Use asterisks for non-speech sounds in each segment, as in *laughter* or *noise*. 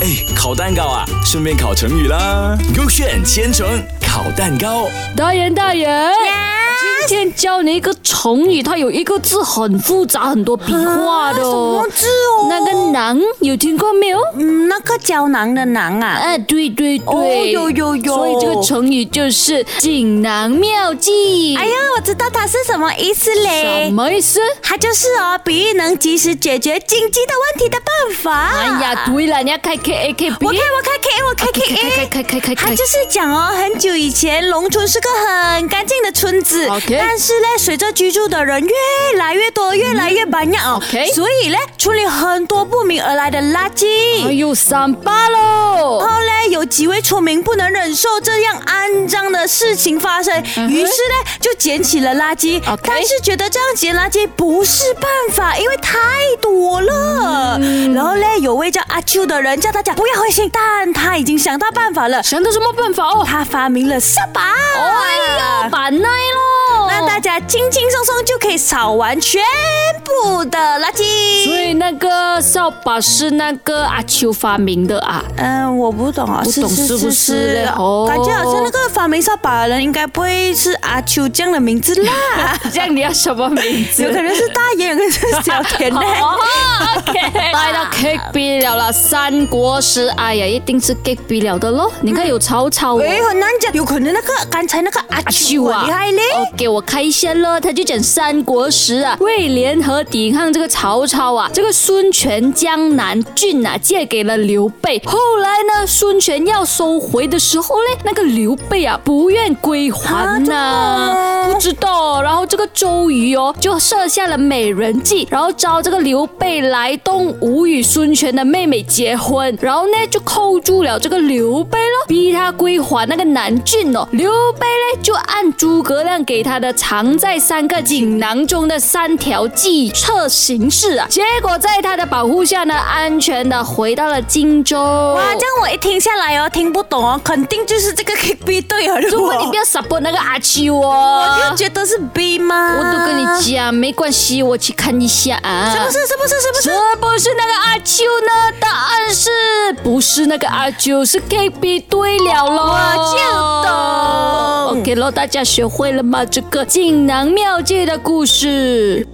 哎，烤蛋糕啊，顺便烤成语啦。勾选千层烤蛋糕，导演，导演啊今天教你一个成语，它有一个字很复杂，很多笔画的什哦。么字哦？那个“囊”有听过没有？嗯，那个胶囊的囊啊，啊，对对对，哦有有有所以这个成语就是“锦囊妙计”。哎呀，，我知道它是什么意思什嘞。么意思？它就是哦，比喻能及时解决紧急的问题的办法。哎呀，对了，你要开 K A K B，我看我看 K A，我看 K 开 A。开开开开他开就。是讲哦，很久以前，农村是个很干净的村子 OK 但是呢，随着居住的人越来越多，越来越 banyak 嗯哦 OK 所以呢，村里很多不明而来的垃圾。哎呦，三八喽然！后呢，有几位村民不能忍受这样肮脏的事情发生，嗯哼于是呢就捡起了垃圾。 OK 但是觉得这样捡垃圾不是办法，因为太多了。嗯然后呢，有位叫阿秋的人叫他讲不要灰心，但他已经想到办法了，想到什么办法哦？他发明了扫把。哎呦，把奈喽！那大家轻轻松松就可以扫完全部的垃所圾。以那个扫把是那个阿秋发明的啊。嗯，我不懂啊，不懂是不是嘞哦感觉好像那个发明扫把的人应该不会是阿秋这样的名字 *laughs* 啦，这样你要什么名字？有可能是大爷，有可能是小田呢。 *laughs* 哦，OK，来到 K B 了啦，三国时，哎呀，一定是 K B 了的咯。你看有曹操、哦。哎，很难讲，有可能那个刚才那个阿阿秋啊很厉害嘞。哦，给我开一下咯。他就讲三国时啊，为联合抵抗这个曹操啊，这个孙权将南郡啊借给了刘备。后来呢，孙权要收回的时候嘞，那个刘备啊不愿归还呐、啊真的吗不知道。然后这个周瑜哦，就设下了美人计，然后招这个刘备来东吴与孙权的妹妹结婚，然后呢就扣住了这个刘备咯，逼他归还那个南郡哦。刘备呢就按诸葛亮给他的藏在三个锦囊中的三条计策行事啊，结果在他的保护下呢，安全的回到了荆州。哇，这样我一听下来哦，听不懂哦，肯定就是这个 K B 对了。如果你不要 support 那个阿秋我哦就。觉得是 B 吗？我都跟你讲，没关系，我去看一下啊。是不是？是不是？是不是是？不是那个阿秋呢？答案是不是那个阿秋？是 K B 对了咯。我就懂 OK 咯，大家学会了吗？这个锦囊妙计的故事。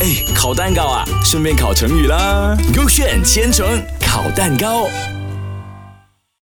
哎，烤蛋糕啊，顺便烤成语啦。勾选千层烤蛋糕。